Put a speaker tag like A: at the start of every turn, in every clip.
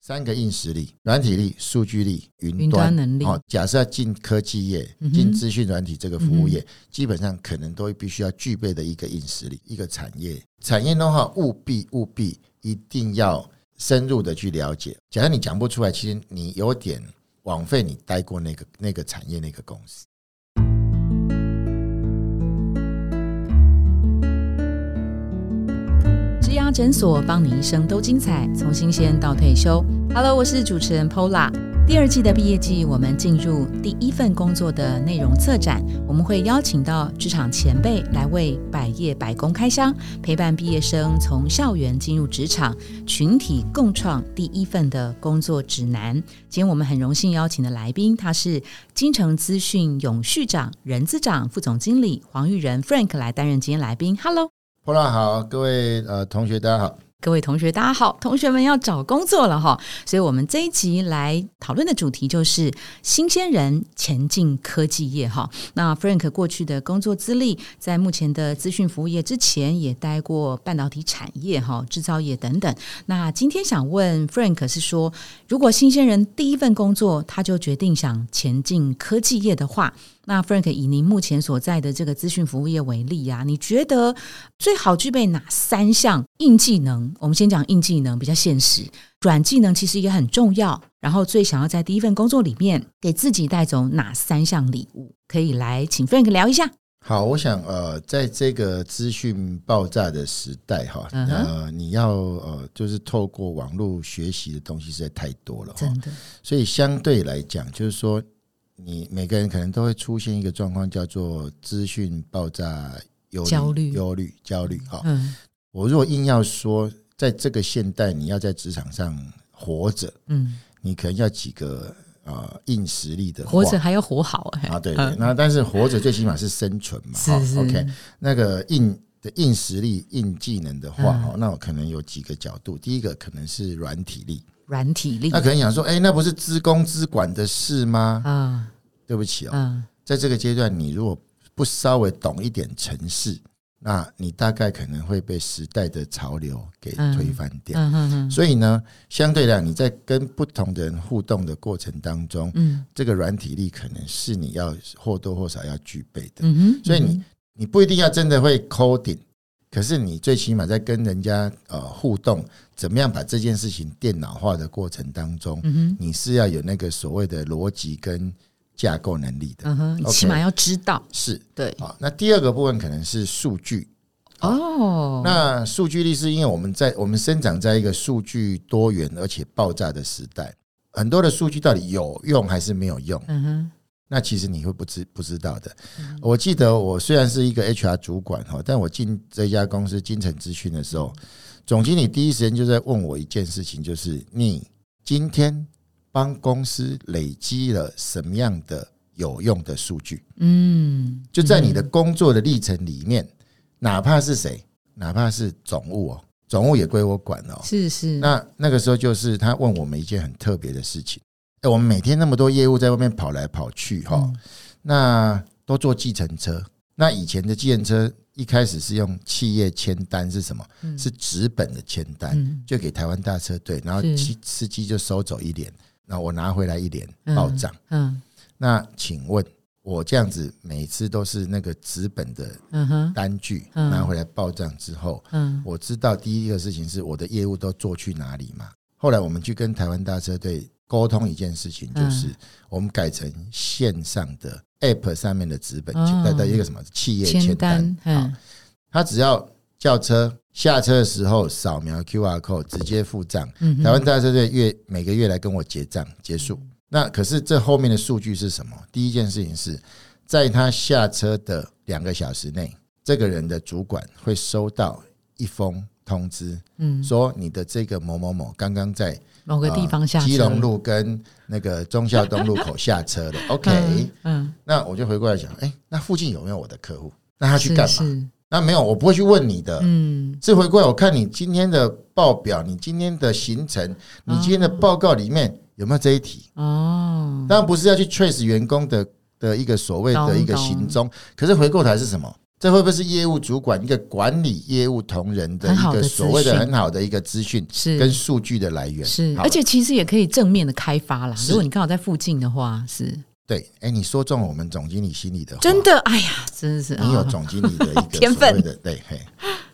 A: 三个硬实力：软体力、数据力、云
B: 云端能力
A: 好、假设要进科技业、
B: 嗯哼嗯
A: 进资讯软体这个服务业，基本上可能都必须要具备的一个硬实力，一个产业。产业的话，务必务必一定要深入的去了解。假设你讲不出来，其实你有点枉费你待过那个那个产业那个公司。
B: 植牙诊所，帮你一生都精彩，从新鲜到退休。Hello，我是主持人 Pola。第二季的毕业季，我们进入第一份工作的内容策展，我们会邀请到职场前辈来为百业百工开箱，陪伴毕业生从校园进入职场，群体共创第一份的工作指南。今天我们很荣幸邀请的来宾，他是金城资讯永续长、人资长、副总经理黄玉仁 Frank 来担任今天来宾。Hello。
A: 波浪好，各位呃同学大家好。
B: 各位同学，大家好！同学们要找工作了哈，所以我们这一集来讨论的主题就是新鲜人前进科技业哈。那 Frank 过去的工作资历，在目前的资讯服务业之前，也待过半导体产业哈、制造业等等。那今天想问 Frank 是说，如果新鲜人第一份工作他就决定想前进科技业的话，那 Frank 以您目前所在的这个资讯服务业为例啊，你觉得最好具备哪三项硬技能？我们先讲硬技能，比较现实。软技能其实也很重要。然后最想要在第一份工作里面给自己带走哪三项礼物？可以来请 Frank 聊一下。
A: 好，我想呃，在这个资讯爆炸的时代哈，
B: 嗯哼
A: 呃，你要呃，就是透过网络学习的东西实在太多了哈，
B: 真的，
A: 所以相对来讲，就是说你每个人可能都会出现一个状况，叫做资讯爆炸忧
B: 焦虑
A: 忧虑、焦虑哈。
B: 嗯
A: 我如果硬要说，在这个现代，你要在职场上活着，
B: 嗯，
A: 你可能要几个呃硬实力的话
B: 活着还要活好哎、
A: 啊，对对
B: 嗯，
A: 那但是活着最起码是生存嘛，
B: 是
A: 哈
B: 是
A: OK，那个硬的硬实力、硬技能的话，
B: 嗯
A: 哦，那我可能有几个角度。第一个可能是软体力，
B: 软体力
A: 那可能想说，哎，那不是资工资管的事吗？
B: 啊
A: 对不起哦，
B: 嗯
A: 在这个阶段，你如果不稍微懂一点程式，那你大概可能会被时代的潮流给
B: 嗯
A: 推翻掉。
B: 嗯嗯
A: 所以呢，相对来讲，你在跟不同的人互动的过程当中，
B: 嗯
A: 这个软体力可能是你要或多或少要具备的。
B: 嗯哼，
A: 所以你你不一定要真的会 coding，可是你最起码在跟人家呃互动，怎么样把这件事情电脑化的过程当中，
B: 嗯哼
A: 你是要有那个所谓的逻辑跟架构能力的。
B: 嗯哼，你
A: OK
B: 起码要知道
A: 是
B: 对
A: 啊，那第二个部分可能是数据。
B: 哦，
A: 那数据力是因为我们在我们生长在一个数据多元而且爆炸的时代，很多的数据到底有用还是没有用？
B: 嗯哼。
A: 那其实你会不知不知道的。
B: 嗯
A: 我记得我虽然是一个 HR 主管哈，但我进这家公司金城资讯的时候，总经理第一时间就在问我一件事情，就是你今天帮公司累积了什么样的有用的数据？
B: 嗯，
A: 就在你的工作的历程里面，哪怕是谁，哪怕是总务哦，总务也归我管哦。
B: 是是，
A: 那那个时候就是他问我们一件很特别的事情，哎，我们每天那么多业务在外面跑来跑去哈、
B: 嗯
A: 那都坐计程车。那以前的计程车一开始是用企业签单是什么？
B: 嗯
A: 是纸本的签单，
B: 嗯
A: 就给台湾大车队，然后
B: 是
A: 司司机就收走一脸，然后我拿回来一脸
B: 嗯
A: 报账。
B: 嗯
A: 那请问，我这样子每次都是那个纸本的
B: 嗯哼
A: 单据
B: 嗯
A: 拿回来报账之后，
B: 嗯
A: 我知道第一个事情是我的业务都做去哪里嘛。后来我们去跟台湾大车队沟通一件事情，就是
B: 嗯
A: 我们改成线上的 App 上面的纸本
B: 哦
A: 的的一个什么企业签
B: 签
A: 单
B: 单，
A: 啊
B: 嗯，
A: 他只要叫车下车的时候扫描 QR code 直接付账，
B: 嗯哼
A: 台湾大车队月每个月来跟我结账结束。那可是这后面的数据是什么？第一件事情是在他下车的两个小时内，这个人的主管会收到一封通知，
B: 嗯
A: 说你的这个某某某刚刚在
B: 某个地方下
A: 呃
B: 车
A: 基隆路跟那个忠孝东路口下车了。OK，、
B: 嗯
A: 那我就回过来想，哎、那附近有没有我的客户？那
B: 嗯
A: 他去干
B: 是
A: 嘛？
B: 是
A: 那没有，我不会去问你的。
B: 嗯
A: 这回过来，我看你今天的报表，你今天的行程，你今天的报告里面有没有这一题？
B: 哦
A: 当然不是要去 trace 员工的的一个所谓的一个行踪，可是回过头来是什么？这会不会是业务主管一个管理业务同仁的
B: 很
A: 一
B: 好
A: 个
B: 的
A: 所
B: 资
A: 谓的
B: 讯
A: 很好的一个资讯
B: 是
A: 跟数据的来源？
B: 是，
A: 好
B: 而且其实也可以正面的开发啦。
A: 是
B: 如果你刚好在附近的话，是
A: 对，哎，你说中了我们总经理心里的话，
B: 真的。哎呀，真的是
A: 你有
B: 啊
A: 总经理 的一个
B: 天
A: 所
B: 分
A: 谓的对，嘿，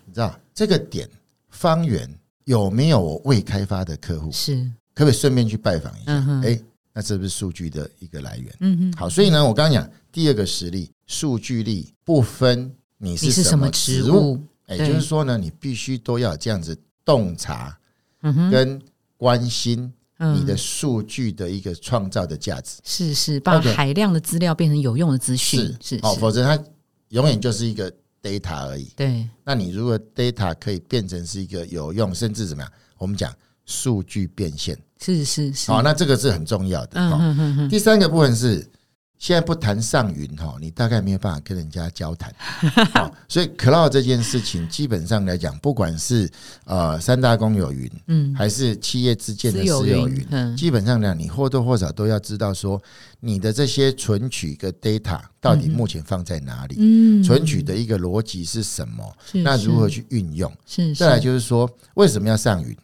A: 你知道这个点方圆有没有我未开发的客户？
B: 是，
A: 可不可以顺便去拜访一下？
B: 嗯哼
A: 哎，那是不是数据的一个来源？
B: 嗯哼，
A: 好，所以呢，我刚刚讲第二个实力，数据力不分你
B: 你是
A: 是
B: 什
A: 什
B: 么
A: 么
B: 职
A: 职
B: 务？
A: 哎，
B: 对
A: 就是说呢，你必须都要有这样子洞察
B: 嗯哼，
A: 跟关心
B: 嗯
A: 你的数据的一个创造的价值，
B: 是是，把
A: OK
B: 海量的资料变成有用的资讯
A: 是，
B: 嗯是
A: 哦，
B: 是
A: 否则它永远就是一个 data 而已。
B: 对，
A: 那你如果 data 可以变成是一个有用，甚至怎么样，我们讲数据变现，
B: 是是是，
A: 哦好、那这个是很重要的。
B: 嗯
A: 哦
B: 哼哼哼，
A: 第三个部分是，现在不谈上云哈，你大概没有办法跟人家交 谈。好，所以 cloud 这件事情，基本上来讲，不管是呃三大公有云，
B: 嗯，
A: 还是企业之间的
B: 私
A: 私有云
B: 云，，嗯，
A: 基本上呢，你或多或少都要知道说，你的这些存取的 data 到底目前放在哪里，
B: 嗯，
A: 存取的一个逻辑是什么，
B: 是
A: 那如何
B: 是
A: 去运用？
B: 是
A: 再来
B: 是
A: 就是说，为什么要上云？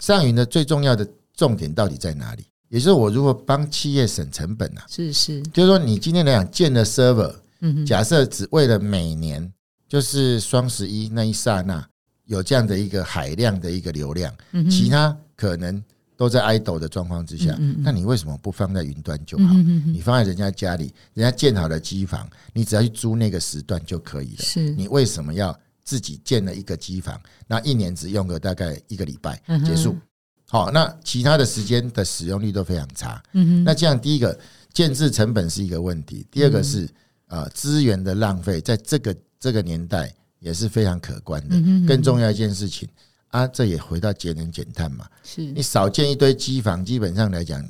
A: 上云的最重要的重点到底在哪里？也就是我如何帮企业省成本啊？
B: 是是，
A: 就是说，你今天来讲建了 server，
B: 嗯哼，
A: 假设只为了每年就是双十一那一刹那有这样的一个海量的一个流量，
B: 嗯哼
A: 其他可能都在 idle 的状况之下
B: 嗯嗯嗯，
A: 那你为什么不放在云端就
B: 嗯
A: 好？
B: 哼哼哼
A: 你放在人家家里，人家建好的机房，你只要去租那个时段就可以了。
B: 是
A: 你为什么要自己建了一个机房？那一年只用个大概一个礼拜
B: 嗯哼
A: 结束。好，那其他的时间的使用率都非常差。
B: 嗯哼，
A: 那这样，第一个建制成本是一个问题，第二个
B: 嗯
A: 是呃资源的浪费，在这个这个年代也是非常可观的
B: 嗯哼。
A: 更重要一件事情啊，这也回到节能减碳嘛，
B: 是
A: 你少建一堆机房，基本上来讲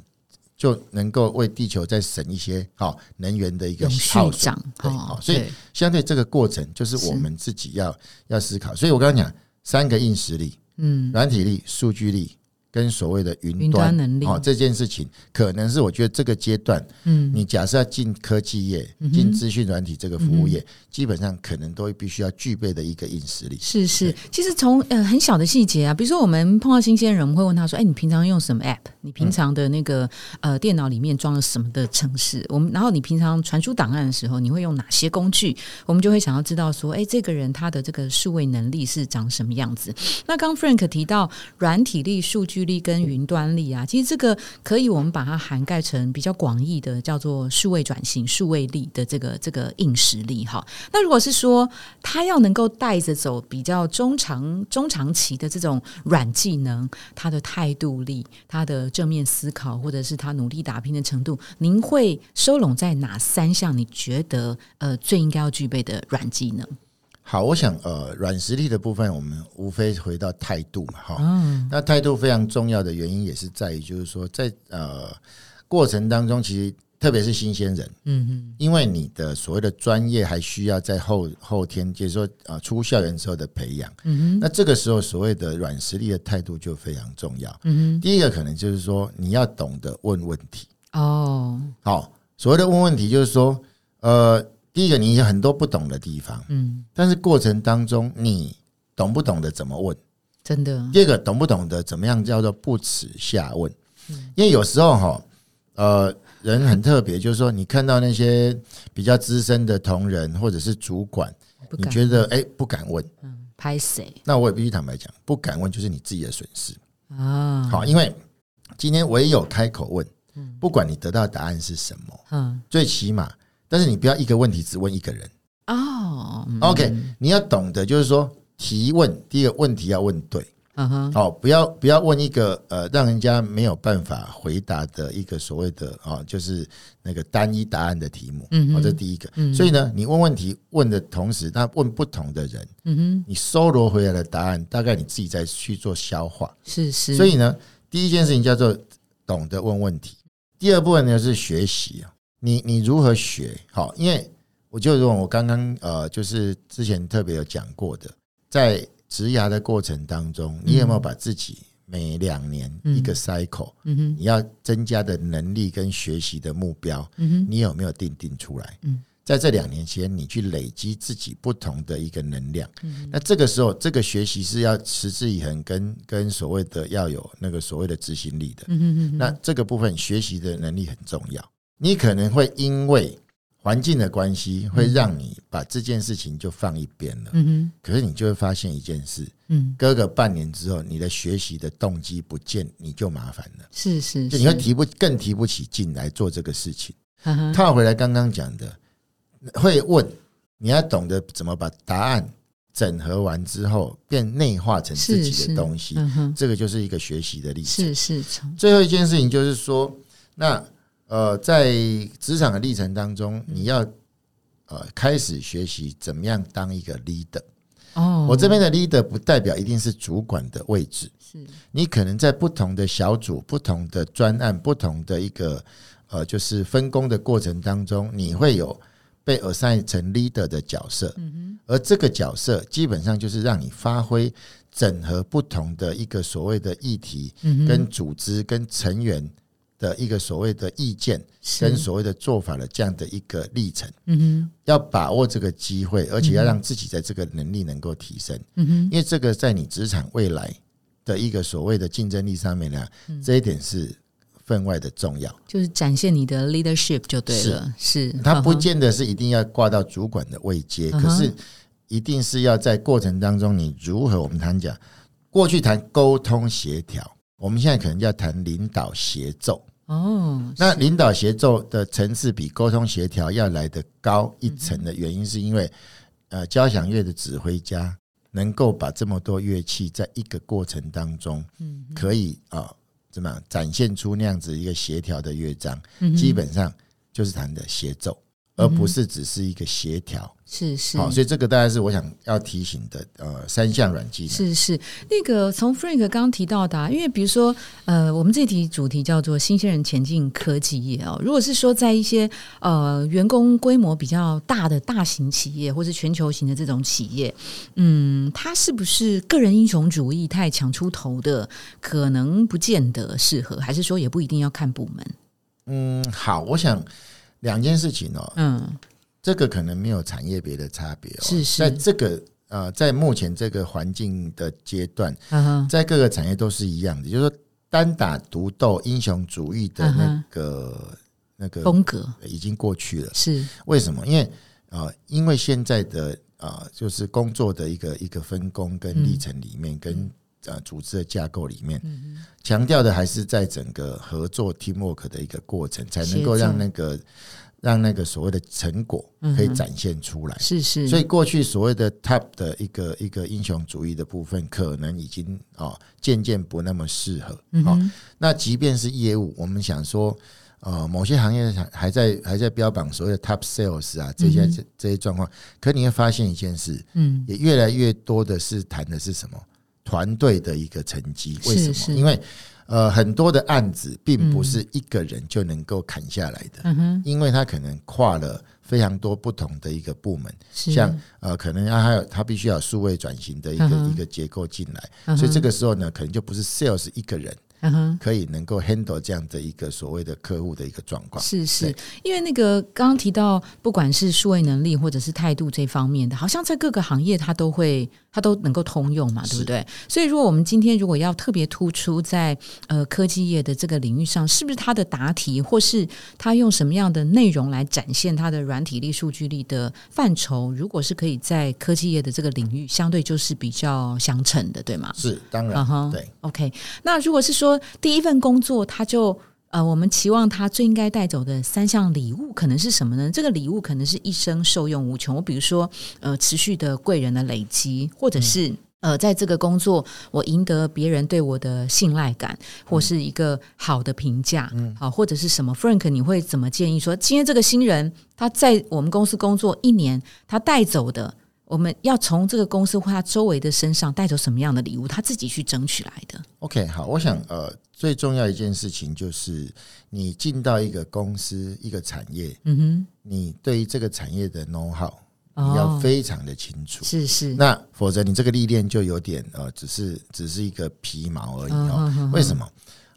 A: 就能够为地球再省一些好能源的一个
B: 永续
A: 耗损。
B: 长
A: 对
B: 哦
A: 好，所以
B: 对
A: 相对这个过程，就是我们自己要要思考。所以我刚刚讲三个硬实力：
B: 嗯
A: 软体力、数据力跟所谓的云
B: 云端能力
A: 好、这件事情可能是我觉得这个阶段，
B: 嗯
A: 你假设要进科技业、
B: 嗯哼嗯
A: 进资讯软体这个服务业，基本上可能都必须要具备的一个硬实力。
B: 是是，其实从呃很小的细节啊，比如说我们碰到新鲜人，我们会问他说：“哎，你平常用什么 app？你平常的那个、呃电脑里面装了什么的程式？我们然后你平常传输档案的时候，你会用哪些工具？我们就会想要知道说，哎，这个人他的这个数位能力是长什么样子？那刚 Frank 提到软体力、数据力跟云端力啊，其实这个可以我们把它涵盖成比较广义的，叫做数位转型、数位力的这个这个硬实力哈。那如果是说他要能够带着走比较中长中长期的这种软技能，他的态度力、他的正面思考，或者是他努力打拼的程度，您会收拢在哪三项？你觉得呃最应该要具备的软技能？
A: 好，我想呃，软实力的部分，我们无非回到态度嘛，哈、
B: 嗯，
A: 那态度非常重要的原因也是在于，就是说在呃过程当中，其实特别是新鲜人，
B: 嗯嗯，
A: 因为你的所谓的专业还需要在后后天，就是说呃出校园之后的培养，
B: 嗯
A: 那这个时候所谓的软实力的态度就非常重要。
B: 嗯
A: 第一个可能就是说你要懂得问问题，
B: 哼，哦，
A: 好，所谓的问问题就是说，呃，第一个你有很多不懂的地方，
B: 嗯，
A: 但是过程当中你懂不懂得怎么问。
B: 真的，
A: 第二个，懂不懂得怎么样叫做不耻下问？因为有时候哈，呃，人很特别，就是说你看到那些比较资深的同仁或者是主管，
B: 不
A: 你
B: 敢
A: 觉得哎、不敢问，
B: 嗯拍谁
A: 那我也必须坦白讲，不敢问就是你自己的损失。
B: 啊？
A: 好，因为今天唯有开口问，不管你得到的答案是什么，
B: 嗯，
A: 最起码，但是你不要一个问题只问一个人。
B: 哦嗯
A: OK，你要懂得就是说提问，第一个问题要问对。
B: 嗯哼，
A: 哦，不要不要问一个呃，让人家没有办法回答的一个所谓的哦，就是那个单一答案的题目。
B: 嗯哼
A: 哦，这第一个。
B: 嗯
A: 所以呢，你问问题问的同时，那问不同的人，
B: 嗯哼，
A: 你搜罗回来的答案，大概你自己再去做消化。
B: 是是，
A: 所以呢，第一件事情叫做懂得问问题，第二部分呢是学习啊，你你如何学？好，因为我就如我刚刚呃，就是之前特别有讲过的，在植牙的过程当中，
B: 嗯
A: 你有没有把自己每两年一个 cycle，、
B: 嗯哼，
A: 你要增加的能力跟学习的目标，
B: 嗯哼，
A: 你有没有定定出来？
B: 嗯
A: 在这两年间，你去累积自己不同的一个能量。那这个时候，这个学习是要持之以恒，跟跟所谓的要有那个所谓的执行力的。
B: 嗯嗯
A: 那这个部分学习的能力很重要。你可能会因为环境的关系，会让你把这件事情就放一边了。
B: 嗯
A: 可是你就会发现一件事：
B: 嗯，
A: 隔个半年之后，你的学习的动机不见，你就麻烦了。
B: 是是，嗯
A: 就你会提不更提不起劲来做这个事情。
B: 呵呵
A: 套回来刚刚讲的，会问你要懂得怎么把答案整合完之后，变内化成自
B: 是
A: 己
B: 是
A: 的东西，
B: 嗯哼，
A: 这个就是一个学习的历程。
B: 是是从
A: 最后一件事情就是说，那呃，在职场的历程当中，
B: 嗯
A: 你要呃开始学习怎么样当一个 leader。
B: 哦，
A: 我这边的 leader 不代表一定是主管的位置，
B: 是
A: 你可能在不同的小组、不同的专案、不同的一个呃，就是分工的过程当中，你会有被 assign 成 leader 的角色，嗯、而这个角色基本上就是让你发挥整合不同的一个所谓的议题、
B: 嗯哼
A: 跟组织、跟成员的一个所谓的意见、
B: 是
A: 跟所谓的做法的这样的一个历程。
B: 嗯哼
A: 要把握这个机会，而且要让自己在这个能力能够提升，
B: 嗯哼
A: 因为这个在你职场未来的一个所谓的竞争力上面呢，
B: 嗯
A: 这一点是分外的重要。
B: 就是展现你的 leadership 就对了，是
A: 它不
B: 呵呵
A: 见得是一定要挂到主管的位阶，
B: 嗯
A: 可
B: 哼
A: 是一定是要在过程当中，你如何我们谈讲过去谈沟通协调，我们现在可能要谈领导协奏。
B: 哦，
A: 那领导协奏的层次比沟通协调要来得高一层的原因，是因为呃，交响乐的指挥家能够把这么多乐器在一个过程当中，
B: 嗯
A: 可以啊、怎么样展现出那样子一个协调的乐章，
B: 嗯哼
A: 基本上就是谈的协奏，而不是只是一个协调。
B: 是是
A: 好，所以这个大概是我想要提醒的呃三项软技能。
B: 是是，那个从 Frank 刚刚提到的、啊，因为比如说，呃，我们这题主题叫做“新鲜人前进科技业”哦。如果是说在一些呃员工规模比较大的大型企业或是全球型的这种企业，嗯，他是不是个人英雄主义太强出头的，可能不见得适合，还是说也不一定要看部门？
A: 嗯，好，我想两件事情哦，
B: 嗯，
A: 这个可能没有产业别的差别哦。
B: 是是
A: 在这个呃，在目前这个环境的阶段，
B: 啊
A: 在各个产业都是一样的，就是说单打独斗、英雄主义的那个、那
B: 哈，
A: 个
B: 嗯风格
A: 已经过去了。
B: 是
A: 为什么？因为呃，因为现在的呃，就是工作的一个一个分工
B: 嗯
A: 跟历程里面，跟呃组织的架构里面，强调的还是在整个合作 teamwork 的一个过程，才能够
B: 协作
A: 让那个让那个所谓的成果
B: 嗯哼
A: 可以展现出来。
B: 是是，
A: 所
B: 以
A: 以过去所谓的 top 的一个一个英雄主义的部分，可能已经哦渐渐不那么适合
B: 嗯
A: 哦。
B: 哼
A: 那即便是业务，我们想说，呃，某些行业还还在还在标榜所谓的 top sales 啊，这些、
B: 嗯
A: 这这些状况，可你会发现一件事，
B: 嗯
A: 也越来越多的是谈的是什么团队的一个成绩？为什么？
B: 是是
A: 因为呃，很多的案子并不是一个人就能够砍下来的，
B: 嗯哼，
A: 因为他可能跨了非常多不同的一个部门。
B: 是
A: 像呃，可能啊还有他必须要有数位转型的一个、
B: 嗯哼
A: 一个结构进来，所以这个时候呢，可能就不是 sales 一个人
B: 嗯哼。
A: 可以能够 handle 这样的一个所谓的客户的一个状况。
B: 是是
A: 对，
B: 因为那个刚刚提到，不管是数位能力或者是态度这方面的，好像在各个行业它都会，它都能够通用嘛，对不对？所以，如果我们今天如果要特别突出在呃科技业的这个领域上，是不是它的答题或是它用什么样的内容来展现它的软体力、数据力的范畴，如果是可以在科技业的这个领域，相对就是比较相称的，对吗？
A: 是，当然
B: 嗯哼
A: 对。
B: OK，那如果是说第一份工作，他就呃，我们期望他最应该带走的三项礼物，可能是什么呢？这个礼物可能是一生受用无穷。我比如说，呃，持续的贵人的累积，或者是。呃，在这个工作，我赢得别人对我的信赖感，或是一个好的评价，好、或者是什么？Frank，你会怎么建议说，今天这个新人他在我们公司工作一年，他带走的，我们要从这个公司或他周围的身上带走什么样的礼物，他自己去争取来的？
A: OK，好，我想呃，最重要一件事情就是你进到一个公司、一个产业，
B: 嗯
A: 你对于这个产业的 know how
B: 哼，
A: 你要
B: 哦
A: 非常的清楚。
B: 是是，
A: 那否则你这个历练就有点呃，只是只是一个皮毛而已哦。
B: 嗯哼哼
A: 为什么？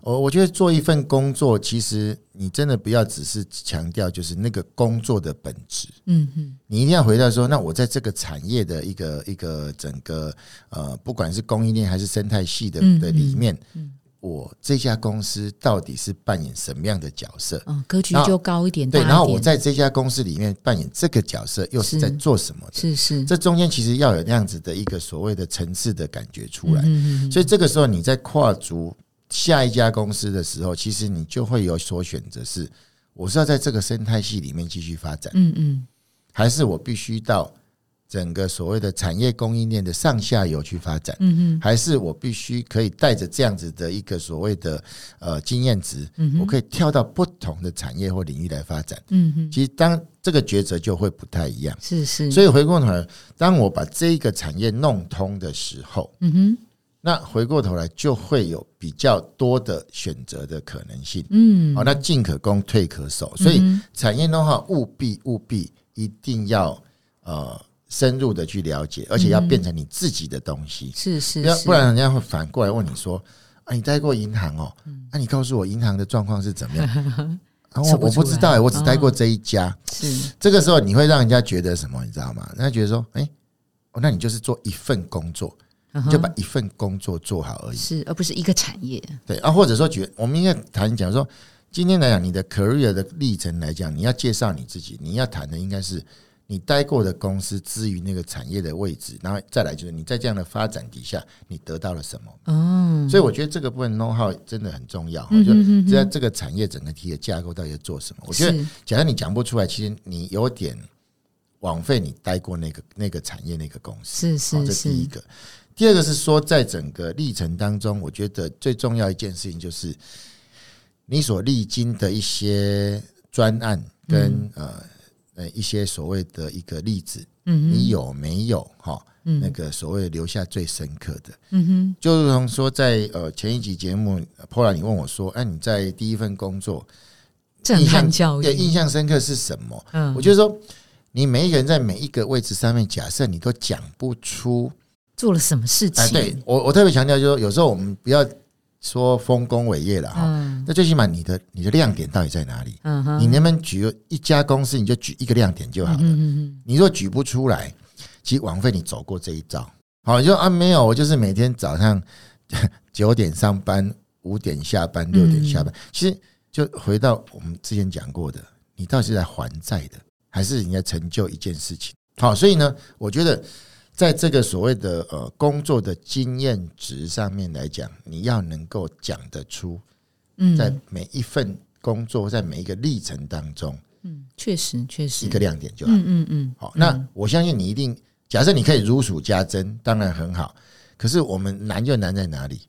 A: 我我觉得做一份工作，其实你真的不要只是强调就是那个工作的本质，
B: 嗯嗯
A: 你一定要回到说，那我在这个产业的一个一个整个呃，不管是供应链还是生态系的
B: 嗯
A: 的
B: 嗯
A: 里面
B: 嗯，
A: 我这家公司到底是扮演什么样的角色？
B: 嗯，格局
A: 然后
B: 就高一点，
A: 对，
B: 大一
A: 然后我
B: 点
A: 在这家公司里面扮演这个角色，又是在
B: 是
A: 做什么的？
B: 是是
A: 这中间其实要有那样子的一个所谓的层次的感觉出来。
B: 嗯嗯嗯
A: 所以这个时候你在跨足下一家公司的时候，其实你就会有所选择是，我是要在这个生态系里面继续发展，
B: 嗯嗯
A: 还是我必须到整个所谓的产业供应链的上下游去发展，
B: 嗯嗯
A: 还是我必须可以带着这样子的一个所谓的呃经验值，
B: 嗯
A: 我
B: 哼
A: 可以跳到不同的产业或领域来发展。
B: 嗯嗯，
A: 其实当这个抉择就会不太一样。
B: 是是，
A: 所
B: 以
A: 以回过头来，当我把这个产业弄通的时候，
B: 嗯哼
A: 那回过头来就会有比较多的选择的可能性。
B: 嗯
A: 好、那进可攻，退可守，所以产业的话，务必务必一定要呃深入的去了解，而且要变成你自己的东西，
B: 是是
A: 要
B: 是
A: 不然人家会反过来问你说：“啊，你待过银行哦？
B: 嗯
A: 那、你告诉我银行的状况是怎么样？” 啊，我
B: 说不
A: 我不
B: 出
A: 知
B: 来
A: 道、欸，我只待过这一家。
B: 是
A: 这个时候你会让人家觉得什么？你知道吗？人家觉得说：“哎、哦，那你就是做一份工作，
B: 嗯
A: 你就
B: 哼
A: 把一份工作做好而已。”
B: 是，而不是一个产业，
A: 对啊，或者说举，我们应该谈讲说，今天来讲你的 career 的历程来讲，你要介绍你自己，你要谈的应该是你待过的公司之于那个产业的位置，然后再来就是你在这样的发展底下，你得到了什么。哦
B: 嗯，
A: 所以我觉得这个部分 know how 真的很重要，
B: 嗯
A: 就
B: 嗯嗯嗯
A: 在这个产业整个体的架构到底在做什么。我觉得，
B: 是
A: 假如你讲不出来，其实你有点枉费你待过那个那个产业那个公司。
B: 是
A: 好，
B: 是
A: 这第一
B: 是，
A: 个。第二个是说，在整个历程当中，我觉得最重要一件事情就是你所历经的一些专案跟、呃呃一些所谓的一个例子，
B: 嗯
A: 你
B: 哼
A: 有没有哈、
B: 嗯
A: 那个所谓留下最深刻的？
B: 嗯哼
A: 就如同说在，呃前一集节目，后来你问我说，哎、你在第一份工作
B: 震
A: 印
B: 撼
A: 象
B: 教
A: 对印
B: 育，
A: 象深刻是什么？
B: 哦嗯，
A: 我觉得说，你每一个人在每一个位置上面，假设你都讲不出。
B: 做了什么事
A: 哎，
B: 情？
A: 对我我特别强调，就是说有时候我们不要说丰功伟业了哈，
B: 嗯
A: 那最起码你的你的亮点到底在哪里？
B: 嗯哼，
A: 你能不能举一家公司，你就举一个亮点就好了。
B: 嗯嗯
A: 你若举不出来，其实枉费你走过这一招。好，你说啊，没有，我就是每天早上九点上班，五点下班，六点下班。
B: 嗯
A: 其实就回到我们之前讲过的，你到底是在还债的，还是你在成就一件事情？好，所以呢，我觉得在这个所谓的呃工作的经验值上面来讲，你要能够讲得出，
B: 嗯，
A: 在
B: 嗯
A: 每一份工作，在每一个历程当中
B: 嗯，确实确实
A: 一，个亮点就好。
B: 嗯嗯嗯，
A: 好，那我相信你一定，假设你可以如数家珍，当然很好。可是我们难就难在哪里？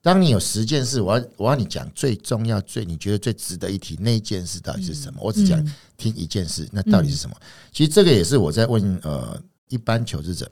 A: 当你有十件事，我要我要你讲最重要、最你觉得最值得一提那一件事到底是什么？我只讲
B: 嗯
A: 听一件事，那到底是什么？其实这个也是我在问呃一般求职者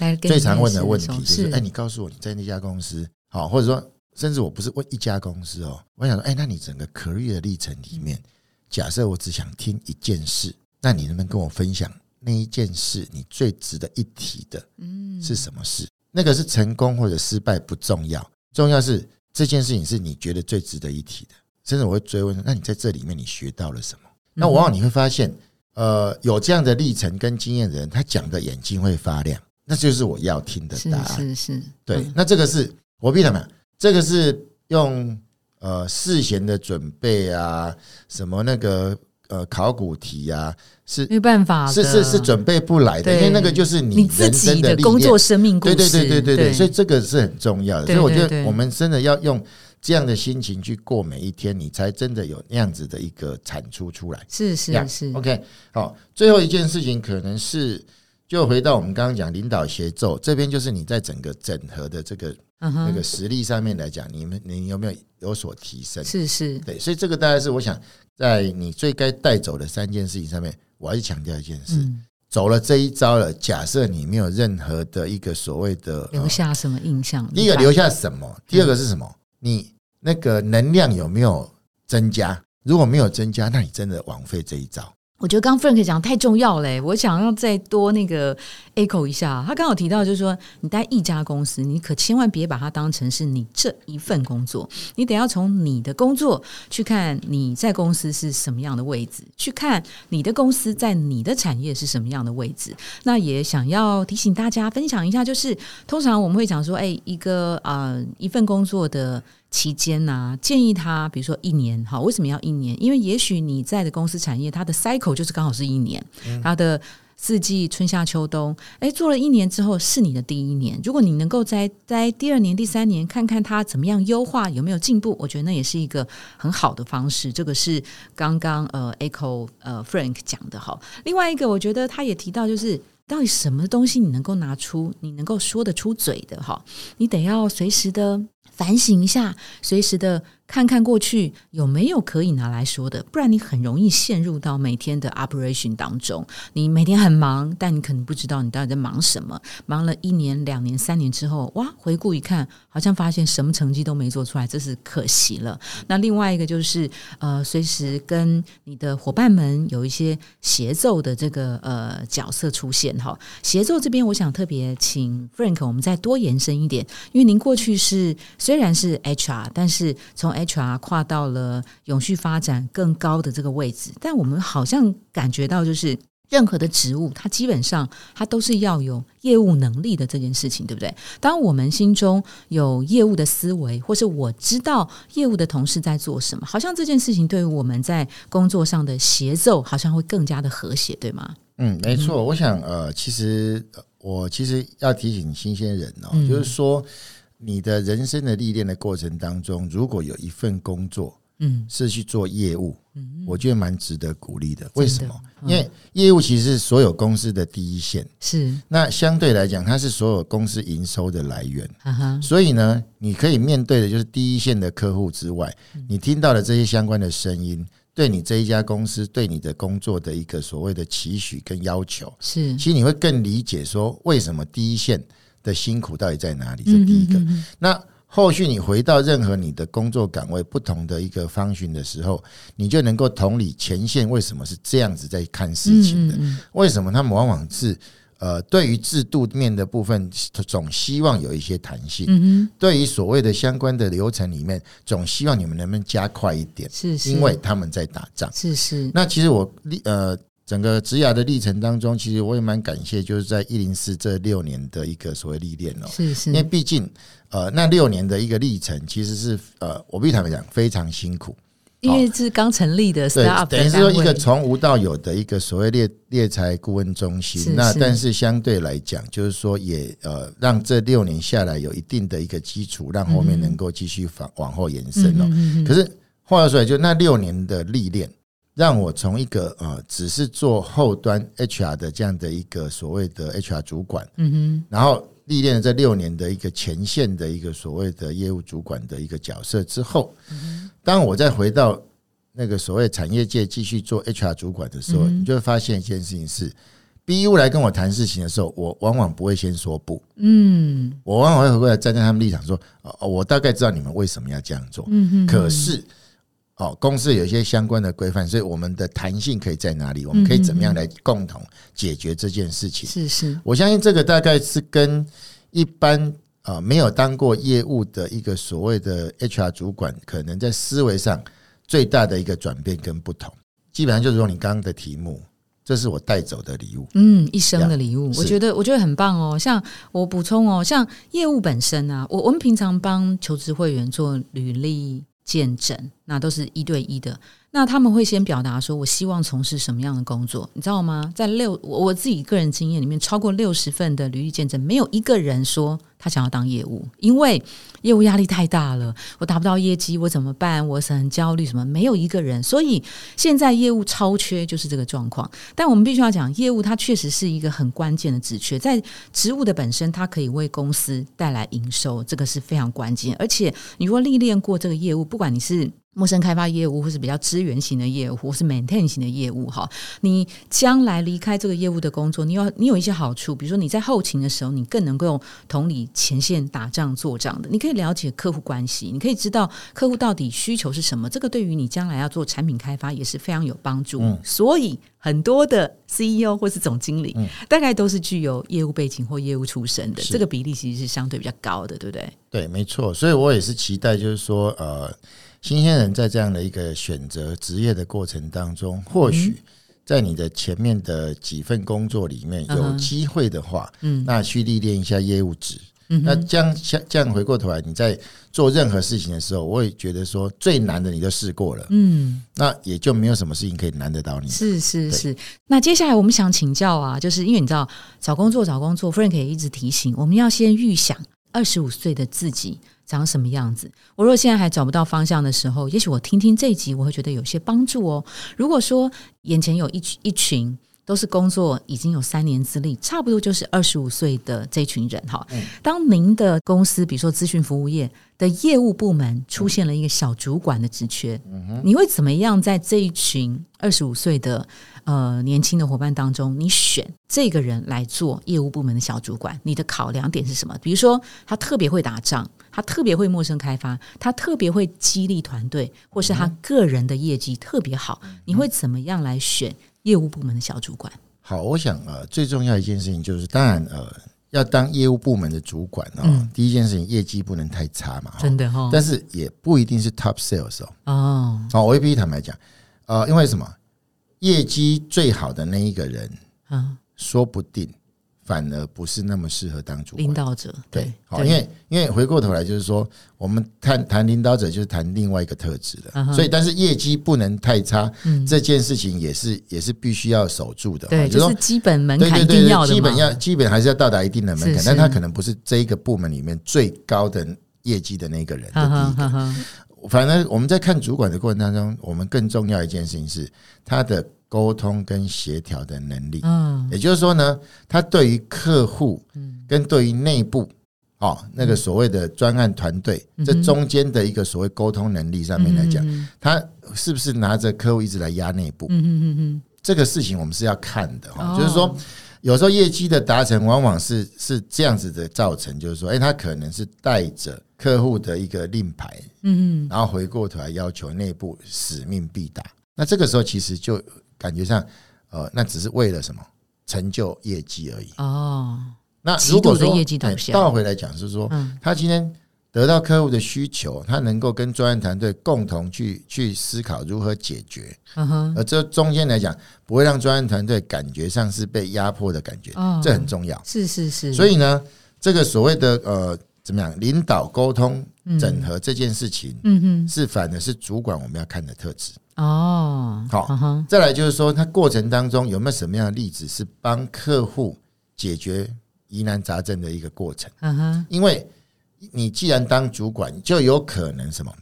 B: 来跟
A: 最
B: 你
A: 常
B: 面
A: 问
B: 试
A: 的
B: 的
A: 问
B: 时
A: 题，
B: 候
A: 就是
B: 是
A: 哎，你告诉我你在那家公司好，或者说甚至我不是问一家公司哦，我想说哎，那你整个 career 的历程里
B: 嗯
A: 面，假设我只想听一件事，那你能不能跟我分享那一件事你最值得一提的
B: 嗯
A: 是什么事？那个是成功或者失败不重要，重要是这件事情是你觉得最值得一提的。甚至我会追问说，那你在这里面你学到了什么？
B: 嗯
A: 那往往你会发现，呃，有这样的历程跟经验的人，他讲的眼睛会发亮，那就是我要听的
B: 是
A: 答案。
B: 是是，
A: 对，
B: 嗯
A: 那这个是我必他们，这个是用呃事前的准备啊，什么那个呃考古题啊，是
B: 没有办法嗯的，
A: 是是是准备不来的，
B: 对
A: 因为那个就是你
B: 你自
A: 人生
B: 己
A: 的
B: 的
A: 历
B: 工
A: 练
B: 作生命故
A: 对
B: 事，
A: 对对对对对，所以
B: 以
A: 这个是很重要的。
B: 对
A: 所以我觉
B: 对对
A: 得我们真的要用这样的心情去过每一天，你才真的有那样子的一个产出出来。
B: 是
A: 呀
B: 是是，
A: OK，好，最后一件事情可能是就回到我们刚刚讲领导协奏这边，就是你在整个整合的这个
B: 嗯
A: 那
B: 哼
A: 个，实力上面来讲，你们你有没有有所提升？
B: 是是，
A: 对，所以这个大概是我想在你最该带走的三件事情上面，我还是强调一件事：
B: 嗯，
A: 走了这一招了，假设你没有任何的一个所谓的呃
B: 留下什么印象？
A: 第一个
B: 你
A: 留下什么？第二个是什么？你那个能量有没有增加？如果没有增加，那你真的枉费这一招。
B: 我觉得刚 Frank 讲得太重要嘞，我想要再多那个 echo 一下。他刚好提到，就是说你待一家公司，你可千万别把它当成是你这一份工作，你得要从你的工作去看你在公司是什么样的位置，去看你的公司在你的产业是什么样的位置。那也想要提醒大家分享一下，就是通常我们会讲说，哎，一个呃一份工作的。期间呐、建议他比如说一年，好，为什么要一年？因为也许你在的公司产业，它的 cycle 就是刚好是一年，它的四季春夏秋冬，哎，做了一年之后是你的第一年。如果你能够在在第二年、第三年看看它怎么样优化，有没有进步，我觉得那也是一个很好的方式。这个是刚刚呃 Echo 呃 Frank 讲的哈。另外一个，我觉得他也提到就是。到底什么东西你能够拿出，你能够说得出嘴的哈？你得要随时的反省一下，随时的看看过去有没有可以拿来说的，不然你很容易陷入到每天的 operation 当中。你每天很忙，但你可能不知道你到底在忙什么。忙了一年、两年、三年之后，哇，回顾一看，好像发现什么成绩都没做出来，这是可惜了。那另外一个就是，呃，随时跟你的伙伴们有一些协奏的这个呃角色出现哈。协奏这边，我想特别请 Frank，我们再多延伸一点，因为您过去是虽然是 HR，但是从 HR 跨到了永续发展更高的这个位置，但我们好像感觉到就是。任何的职务，它基本上它都是要有业务能力的这件事情，对不对？当我们心中有业务的思维，或是我知道业务的同事在做什么，好像这件事情对于我们在工作上的协奏，好像会更加的和谐，对吗？
A: 嗯，没错。我想，呃，其实呃我其实要提醒新鲜人哦，
B: 嗯
A: 就是说，你的人生的历练的过程当中，如果有一份工作
B: 嗯
A: 是去做业务，
B: 嗯，
A: 我觉得蛮值得鼓励的。为什么？
B: 嗯
A: 因为业务其实是所有公司的第一线，
B: 是
A: 那相对来讲，它是所有公司营收的来源。
B: 哈啊哈，
A: 所以呢，你可以面对的就是第一线的客户之外，
B: 嗯
A: 你听到的这些相关的声音，对你这一家公司对你的工作的一个所谓的期许跟要求，
B: 是
A: 其实你会更理解说为什么第一线的辛苦到底在哪里。这第一个。
B: 嗯嗯嗯
A: 那后续你回到任何你的工作岗位不同的一个方寻的时候，你就能够同理前线为什么是这样子在看事情的，
B: 嗯嗯嗯
A: 为什么他们往往是呃对于制度面的部分总希望有一些弹性，
B: 嗯哼，
A: 对于所谓的相关的流程里面，总希望你们能不能加快一点，
B: 是是，
A: 因为他们在打仗。
B: 是是
A: 那其实我历呃整个职涯的历程当中，其实我也蛮感谢，就是在一零四这六年的一个所谓历练哦，
B: 是是
A: 因为，毕竟呃那六年的一个历程，其实是呃我必须坦白讲非常辛苦，
B: 因为是刚成立的
A: 哦对
B: startup，，
A: 等于是说一个从无到有的一个所谓猎猎财顾问中
B: 是
A: 心。那
B: 是
A: 但是相对来讲，就是说也呃，让这六年下来有一定的一个基础，让后面能够继续往往后延伸哦。
B: 嗯
A: 可
B: 是
A: 是话又说回来，就那六年的历练，让我从一个呃，只是做后端 HR 的这样的一个所谓的 HR 主管，
B: 嗯哼
A: 然后历练了这六年的一个前线的一个所谓的业务主管的一个角色之后，
B: 嗯
A: 当我再回到那个所谓产业界继续做 HR 主管的时
B: 嗯
A: 候，你就会发现一件事情是，BU 来跟我谈事情的时候，我往往不会先说不，
B: 嗯
A: 我往往会回过来站在他们立场说，哦，哦我大概知道你们为什么要这样做，
B: 嗯哼，
A: 可是。哦，公司有一些相关的规范，所以我们的弹性可以在哪里？我们可以怎么样来共同解决这件事情？
B: 是是
A: 我相信这个大概是跟一般啊、呃没有当过业务的一个所谓的 HR 主管，可能在思维上最大的一个转变跟不同。基本上就是用你刚刚的题目，这是我带走的礼物。
B: 嗯，一生的礼物，
A: 是
B: 我觉得我觉得很棒哦。像我补充哦，像业务本身啊，我我们平常帮求职会员做履历见证，那都是一对一的。那他们会先表达说，我希望从事什么样的工作，你知道吗？在六我我自己个人经验里面，超过六十份的履历见证，没有一个人说他想要当业务，因为业务压力太大了，我达不到业绩，我怎么办？我是很焦虑，什么？没有一个人。所以现在业务超缺就是这个状况。但我们必须要讲，业务它确实是一个很关键的职缺，在职务的本身，它可以为公司带来营收，这个是非常关键。而且你若历练过这个业务，不管你是陌生开发业务，或是比较支援型的业务，或是 maintain 型的业务，哈，你将来离开这个业务的工作，你有你有一些好处，比如说你在后勤的时候，你更能够同理前线打仗做仗的，你可以了解客户关系，你可以知道客户到底需求是什么，这个对于你将来要做产品开发也是非常有帮助。所以很多的 CEO 或是总经理，大概都是具有业务背景或业务出身的，
A: 是
B: 这个比例其实是相对比较高的，对不对？
A: 对，没错，所以我也是期待，就是说，呃，新鲜人在这样的一个选择职业的过程当中，或
B: 嗯
A: 许在你的前面的几份工作里面，
B: 嗯
A: 有
B: 哼
A: 机会的话，
B: 嗯
A: 那去历练一下业务值。
B: 嗯
A: 那这样像这样回过头来，你在做任何事情的时候，我也觉得说最难的你都试过了，
B: 嗯，
A: 那也就没有什么事情可以难得到你。
B: 是是
A: 嗯对
B: 是。那接下来我们想请教啊，就是因为你知道找工作找工作，Frank 也一直提醒我们要先预想二十五岁的自己长什么样子。我如果现在还找不到方向的时候，也许我听听这一集，我会觉得有些帮助哦。如果说眼前有一群一群都是工作已经有三年资历，差不多就是二十五岁的这群人哈。当您的公司，比如说资讯服务业的业务部门出现了一个小主管的职缺，你会怎么样在这一群二十五岁的呃年轻的伙伴当中，你选这个人来做业务部门的小主管？你的考量点是什么？比如说他特别会打仗，他特别会陌生开发，他特别会激励团队，或是他个人的业绩特别好，
A: 嗯
B: 你会怎么样来选业务部门的小主管？
A: 好，我想呃，最重要一件事情就是，当然呃，要当业务部门的主管哦，
B: 嗯
A: 第一件事情业绩不能太差嘛，
B: 真的哦，
A: 但是也不一定是 top sales 哦。
B: 哦，
A: 好，我也必须坦白讲，呃，因为什么？业绩最好的那一个人，
B: 嗯，
A: 说不定反而不是那么适合当主管
B: 领。导者
A: 对，好，
B: 对
A: 因为因为回过头来就是说，我们谈谈领导者就是谈另外一个特质
B: 嗯
A: 的，
B: 哼
A: 所以但是业绩不能太差，
B: 嗯
A: 这件事情也是也是必须要守住的。
B: 对，
A: 也就是
B: 就
A: 哦说
B: 是基本门
A: 对
B: 槛
A: 对
B: 一
A: 对，
B: 定
A: 对
B: 要的嘛，
A: 基本要基本还是要到达一定的门
B: 是
A: 槛，
B: 是
A: 但他可能不是这一个部门里面最高的业绩的那个人，这
B: 哈
A: 第
B: 哈
A: 一个
B: 哈。哈，
A: 反正我们在看主管的过程当中，我们更重要一件事情是他的沟通跟协调的能力。
B: 嗯，
A: 也就是说呢，他对于客户跟对于内部哦那个所谓的专案团队，
B: 嗯哼
A: 这中间的一个所谓沟通能力上面来讲，
B: 嗯
A: 他是不是拿着客户一直来压内部？
B: 嗯嗯嗯嗯，
A: 这个事情我们是要看的哈、
B: 哦
A: 就是说。有时候业绩的达成，往往是是这样子的造成，就是说，哎、他可能是带着客户的一个令牌，
B: 嗯嗯
A: 然后回过头来要求内部使命必达。那这个时候其实就感觉上，呃，那只是为了什么成就业绩而已。
B: 哦，
A: 那
B: 极
A: 如果
B: 度的
A: 说
B: 业绩导
A: 哎
B: 向
A: 倒回来讲是说，
B: 嗯
A: 他今天得到客户的需求，他能够跟专案团队共同去去思考如何解决，
B: 嗯哼，
A: 而呃这中间来讲，不会让专案团队感觉上是被压迫的感觉，
B: 哦
A: 这很重要。
B: 是是是，
A: 所
B: 以
A: 以呢，这个所谓的呃，怎么样领导沟通整合这件事情，
B: 嗯
A: 是反而是主管我们要看的特质。
B: 哼，哦，
A: 好
B: 嗯哼，
A: 再来就是说，它过程当中有没有什么样的例子是帮客户解决疑难杂症的一个过程？
B: 嗯哼，
A: 因为你既然当主管，就有可能什么，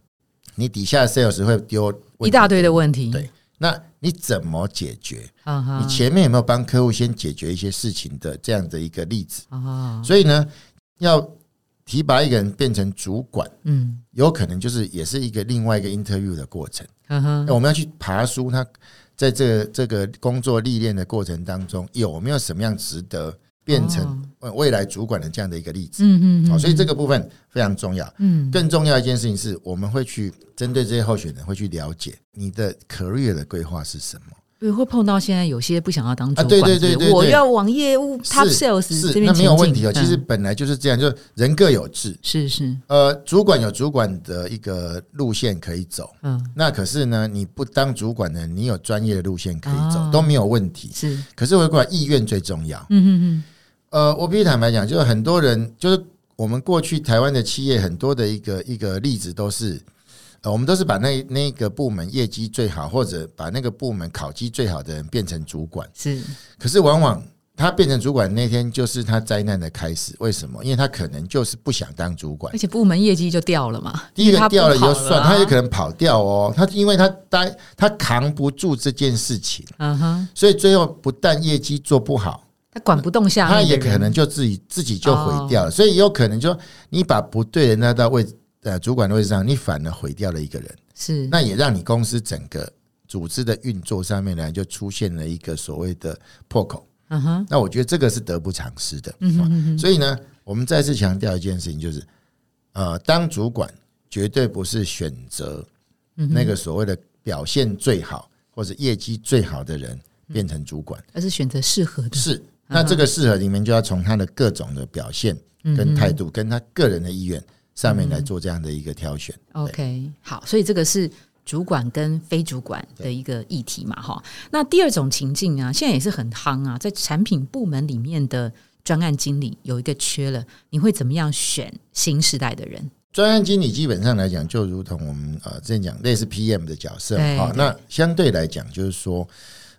A: 你底下 sales 会丢
B: 一大
A: 堆，
B: 堆的问题，
A: 对那你怎么解决？
B: 嗯哼，
A: 你前面有没有帮客户先解决一些事情的这样的一个例子？
B: 哦，
A: 所以呢，要提拔一个人变成主管，
B: 嗯，
A: 有可能就是也是一个另外一个 interview 的过程。
B: 嗯
A: 那
B: 哼，
A: 我们要去爬书，他在这个这个工作历练的过程当中，有没有什么样值得变成呃未来主管的这样的一个例子？
B: 哦嗯嗯，
A: 好，所以这
B: 个，
A: 个部分非常重要。
B: 嗯，
A: 更重要一件事情是，我们会去针对这些候选人，会去了解你的 career 的规划是什么。
B: 对，会碰到现在有些不想要当主管，
A: 啊对对对
B: 是不
A: 对对
B: 是我要往业务 top
A: 是
B: sales 这
A: 是，
B: 边
A: 那没有
B: 前进
A: 问题哦。其实
B: 嗯
A: 本来就是这样，就是人各有志。
B: 是是，
A: 呃，主管有主管的一个路线可以走，
B: 嗯，
A: 那可是呢，你不当主管呢，你有专业的路线可以
B: 哦
A: 走，都没有问题。
B: 是，
A: 可是回过来，意愿最重要。
B: 嗯嗯
A: 呃，我必须坦白讲，就是很多人，就是我们过去台湾的企业很多的一个一个例子都是，呃，我们都是把那那个部门业绩最好，或者把那个部门考绩最好的人变成主管
B: 嗯，，是，
A: 可是往往。他变成主管那天就是他灾难的开始，为什么？因为他可能就是不想当主管
B: 而，且部门业绩就掉了嘛，
A: 第一
B: 因为他
A: 个
B: 不
A: 掉了也
B: 跑
A: 就算，
B: 啊
A: 他有可，能跑掉哦。他因为他担他扛不住这件事情，
B: 嗯哼，
A: 所以最后不但业绩做不好，
B: 他管不动下
A: 他
B: 面的哦
A: 也
B: 人，
A: 可能就自己自己就毁掉了，所以有可能就你把不对的那到位呃主管的位置上，你反而毁掉了一个人。
B: 是
A: 那也让你公司整个组织的运作上面呢，就出现了一个所谓的破口。
B: 嗯哼，
A: 那我觉得这个是得不偿失的。哦
B: 嗯哼嗯哼，
A: 所以呢，我们再次强调一件事情，就是呃，当主管绝对不是选择
B: 嗯哼
A: 那个所谓的表现最好或者业绩最好的人
B: 嗯
A: 变成主管，
B: 而是选择适合的，
A: 是。那这个适合里面就要从他的各种的表现
B: 嗯
A: 跟
B: 哼嗯
A: 态度跟他个人的意愿上面来做这样的一个挑选。
B: OK，好，所以这个是主管跟非主管的一个议题嘛，哈。那第二种情境啊，现在也是很夯啊，在产品部门里面的专案经理有一个缺了，你会怎么样选新时代的人？
A: 专案经理基本上来讲，就如同我们呃之前讲类似 PM 的角色
B: 对
A: 啊、
B: 对
A: 那相对来讲，就是说，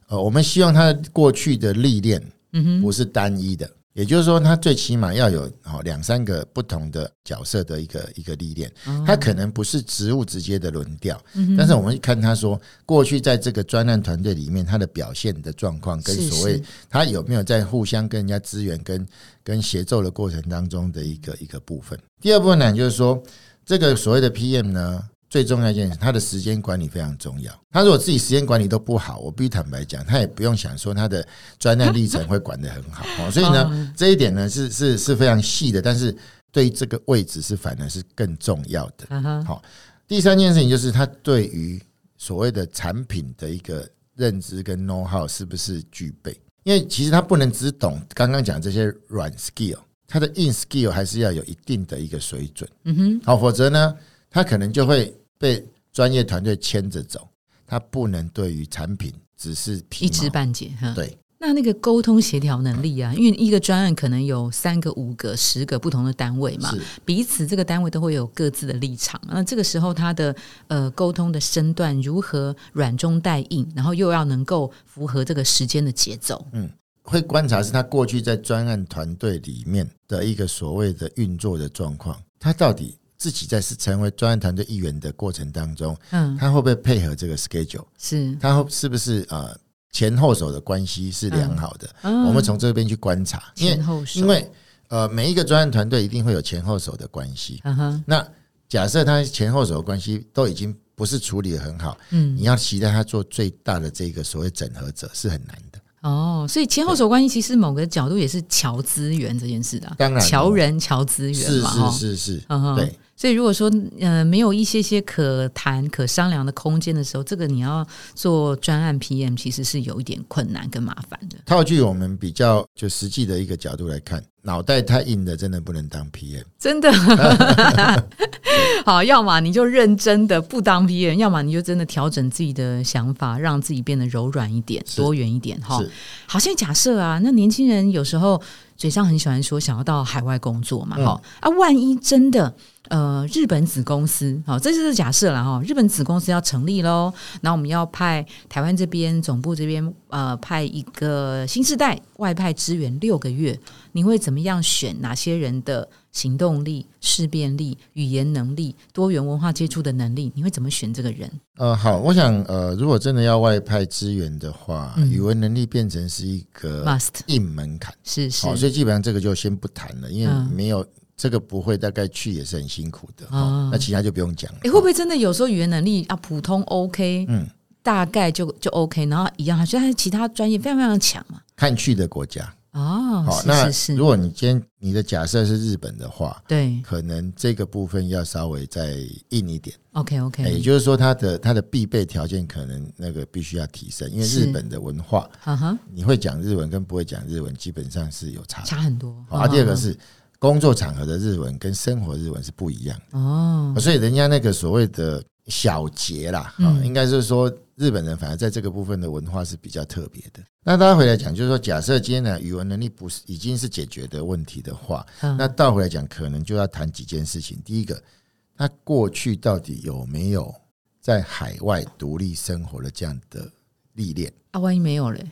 A: 呃，我们希望他过去的历练，
B: 嗯哼，
A: 不是单一的，也就是说，他最起码要有好两三个不同的角色的一个一个历练，他可能不是职务直接的轮调，
B: 嗯
A: 但是我们看他说过去在这个专案团队里面他的表现的状况，跟
B: 是
A: 所谓
B: 是
A: 他有没有在互相跟人家支援跟跟协奏的过程当中的一个一个部分。第二部分呢，就是说这个所谓的 PM 呢。最重要一件事，他的时间管理非常重要。他如果自己时间管理都不好，我必须坦白讲，他也不用想说他的专案历程会管得很好。哦、所以 呢，这一点呢是是是非常细的，但是对这个位置是反而是更重要的。
B: 啊哈，
A: 第三件事情就是他对于所谓的产品的一个认知跟 know how 是不是具备？因为其实他不能只懂刚刚讲这些软 skill，他的硬 skill 还是要有一定的一个水准。
B: 嗯哼，
A: 好，否则呢，他可能就会被专业团队牵着走。他不能对于产品只是皮
B: 一知
A: 毛
B: 半解哈。
A: 对。
B: 那那个沟通协调能力啊，因为一个专案可能有三个、五个、十个不同的单位嘛，
A: 是
B: 彼此这个单位都会有各自的立场。那这个时候，他的呃沟通的身段如何软中带硬，然后又要能够符合这个时间的节奏。
A: 会观察是他过去在专案团队里面的一个所谓的运作的状况，他到底自己在是成为专案团队一员的过程当中，
B: 嗯，
A: 他会不会配合这个 schedule？
B: 是。
A: 他会是不是呃前后手的关系是良好的？
B: 我
A: 我们从这边去观察，因
B: 嗯前
A: 为
B: 后手，
A: 因为呃每一个专案团队一定会有前后手的关系。
B: 嗯哼，
A: 那假设他前后手的关系都已经不是处理的很好，
B: 嗯
A: 你要期待他做最大的这个所谓整合者是很难的。
B: 哦，所以前后手关系其实某个角度也是瞧资源这件事的啊，
A: 当然了
B: 瞧人瞧资源
A: 是
B: 嘛，哈
A: 是是是，
B: 嗯哼
A: 对。
B: 所以如果说呃没有一些些可谈可商量的空间的时候，这个你要做专案 PM 其实是有一点困难跟麻烦的。
A: 套句我们比较就实际的一个角度来看，脑袋太硬的真的不能当 PM。
B: 真的， 好，要么你就认真的不当 P N，要么你就真的调整自己的想法，让自己变得柔软一点、
A: 是
B: 多元一点哈
A: 是。
B: 好像假设啊，那年轻人有时候嘴上很喜欢说想要到海外工作嘛，哈、啊，万一真的。呃，日本子公司，好、这就是假设了哈、日本子公司要成立喽，然后我们要派台湾这边总部这边呃派一个新世代外派支援六个月，你会怎么样选哪些人的行动力、事变力、语言能力、多元文化接触的能力？你会怎么选这个人？
A: 呃，好，我想呃，如果真的要外派支援的话，
B: 嗯
A: 语文能力变成是一个
B: Must
A: 硬门槛。
B: 是
A: 好，
B: 是
A: 所以基本上这个就先不谈了，因
B: 嗯
A: 为没有、这个不会，大概去也是很辛苦的。
B: 哦
A: 哦、那其他就不用讲了。哦
B: 诶，会不会真的有时候语言能力啊普通 OK，
A: 嗯
B: 大概就就 OK，然后一样，所以他其他专业非常非常强嘛。
A: 看去的国家？
B: 哦，
A: 好，
B: 是是
A: 那
B: 是
A: 如，果你今天你的假设是日本的话，
B: 对
A: 可能这个部分要稍微再硬一点。
B: ，OK
A: 哎也
B: OK，
A: 就是说，它的它的必备条件可能那个必须要提升，因为
B: 是
A: 日本的文化，
B: 哈哈，
A: 你会讲日文跟不会讲日文基本上是有差。
B: 差很多。
A: 好啊，第二个
B: 嗯
A: 是工作场合的日文跟生活日文是不一样的，
B: 哦，
A: 所以人家那个所谓的小节啦，啊，
B: 嗯
A: 应该是说日本人反而在这个部分的文化是比较特别的。那大家回来讲，就是说，假设今天呢语文能力不是已经是解决的问题的话，
B: 嗯
A: 那倒回来讲，可能就要谈几件事情。第一个，他过去到底有没有在海外独立生活的这样的历练？
B: 啊，万一没有嘞，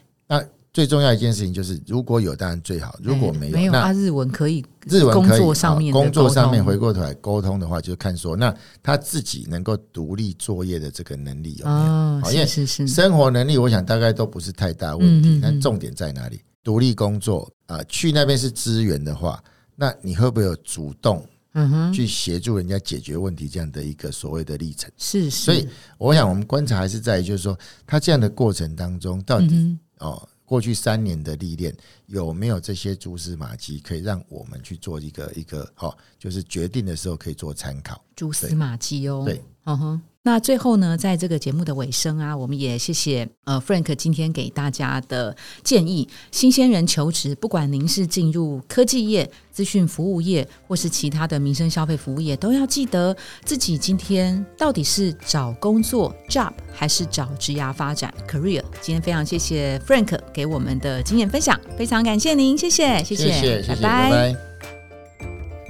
A: 最重要一件事情就是，如果有，当然最好；如果没
B: 诶
A: 有，
B: 没有
A: 那
B: 啊，日文可以，
A: 日文
B: 工
A: 可以
B: 作上面
A: 好
B: 的
A: 工作上面
B: 沟通
A: 回过头来沟通的话，就是看说，那他自己能够独立作业的这个能力有没有？
B: 哦，
A: 好因
B: 是
A: 为
B: 是是，
A: 生活能力，我想大概都不是太大问
B: 嗯嗯
A: 题
B: 嗯。
A: 但重点在哪里？独立工作啊、呃去那边是资源的话，那你会不会有主动
B: 嗯哼，
A: 去协助人家解决问题这样的一个所谓的历程。
B: 是，
A: 所以
B: 是，
A: 我想我们观察还是在于，就是说他这样的过程当中，到底、
B: 嗯
A: 哦，过去三年的历练有没有这些蛛丝马迹，可以让我们去做一个一个哦，就是决定的时候可以做参考
B: 哼，。蛛丝马迹哦，
A: 对，
B: 嗯哼。那最后呢，在这个节目的尾声啊，我们也谢谢呃 Frank 今天给大家的建议。新鲜人求职，不管您是进入科技业、资讯服务业，或是其他的民生消费服务业，都要记得自己今天到底是找工作 job 还是找职涯发展 career。今天非常谢谢 Frank 给我们的经验分享，非常感谢您，谢谢，谢
A: 谢谢，谢谢，拜拜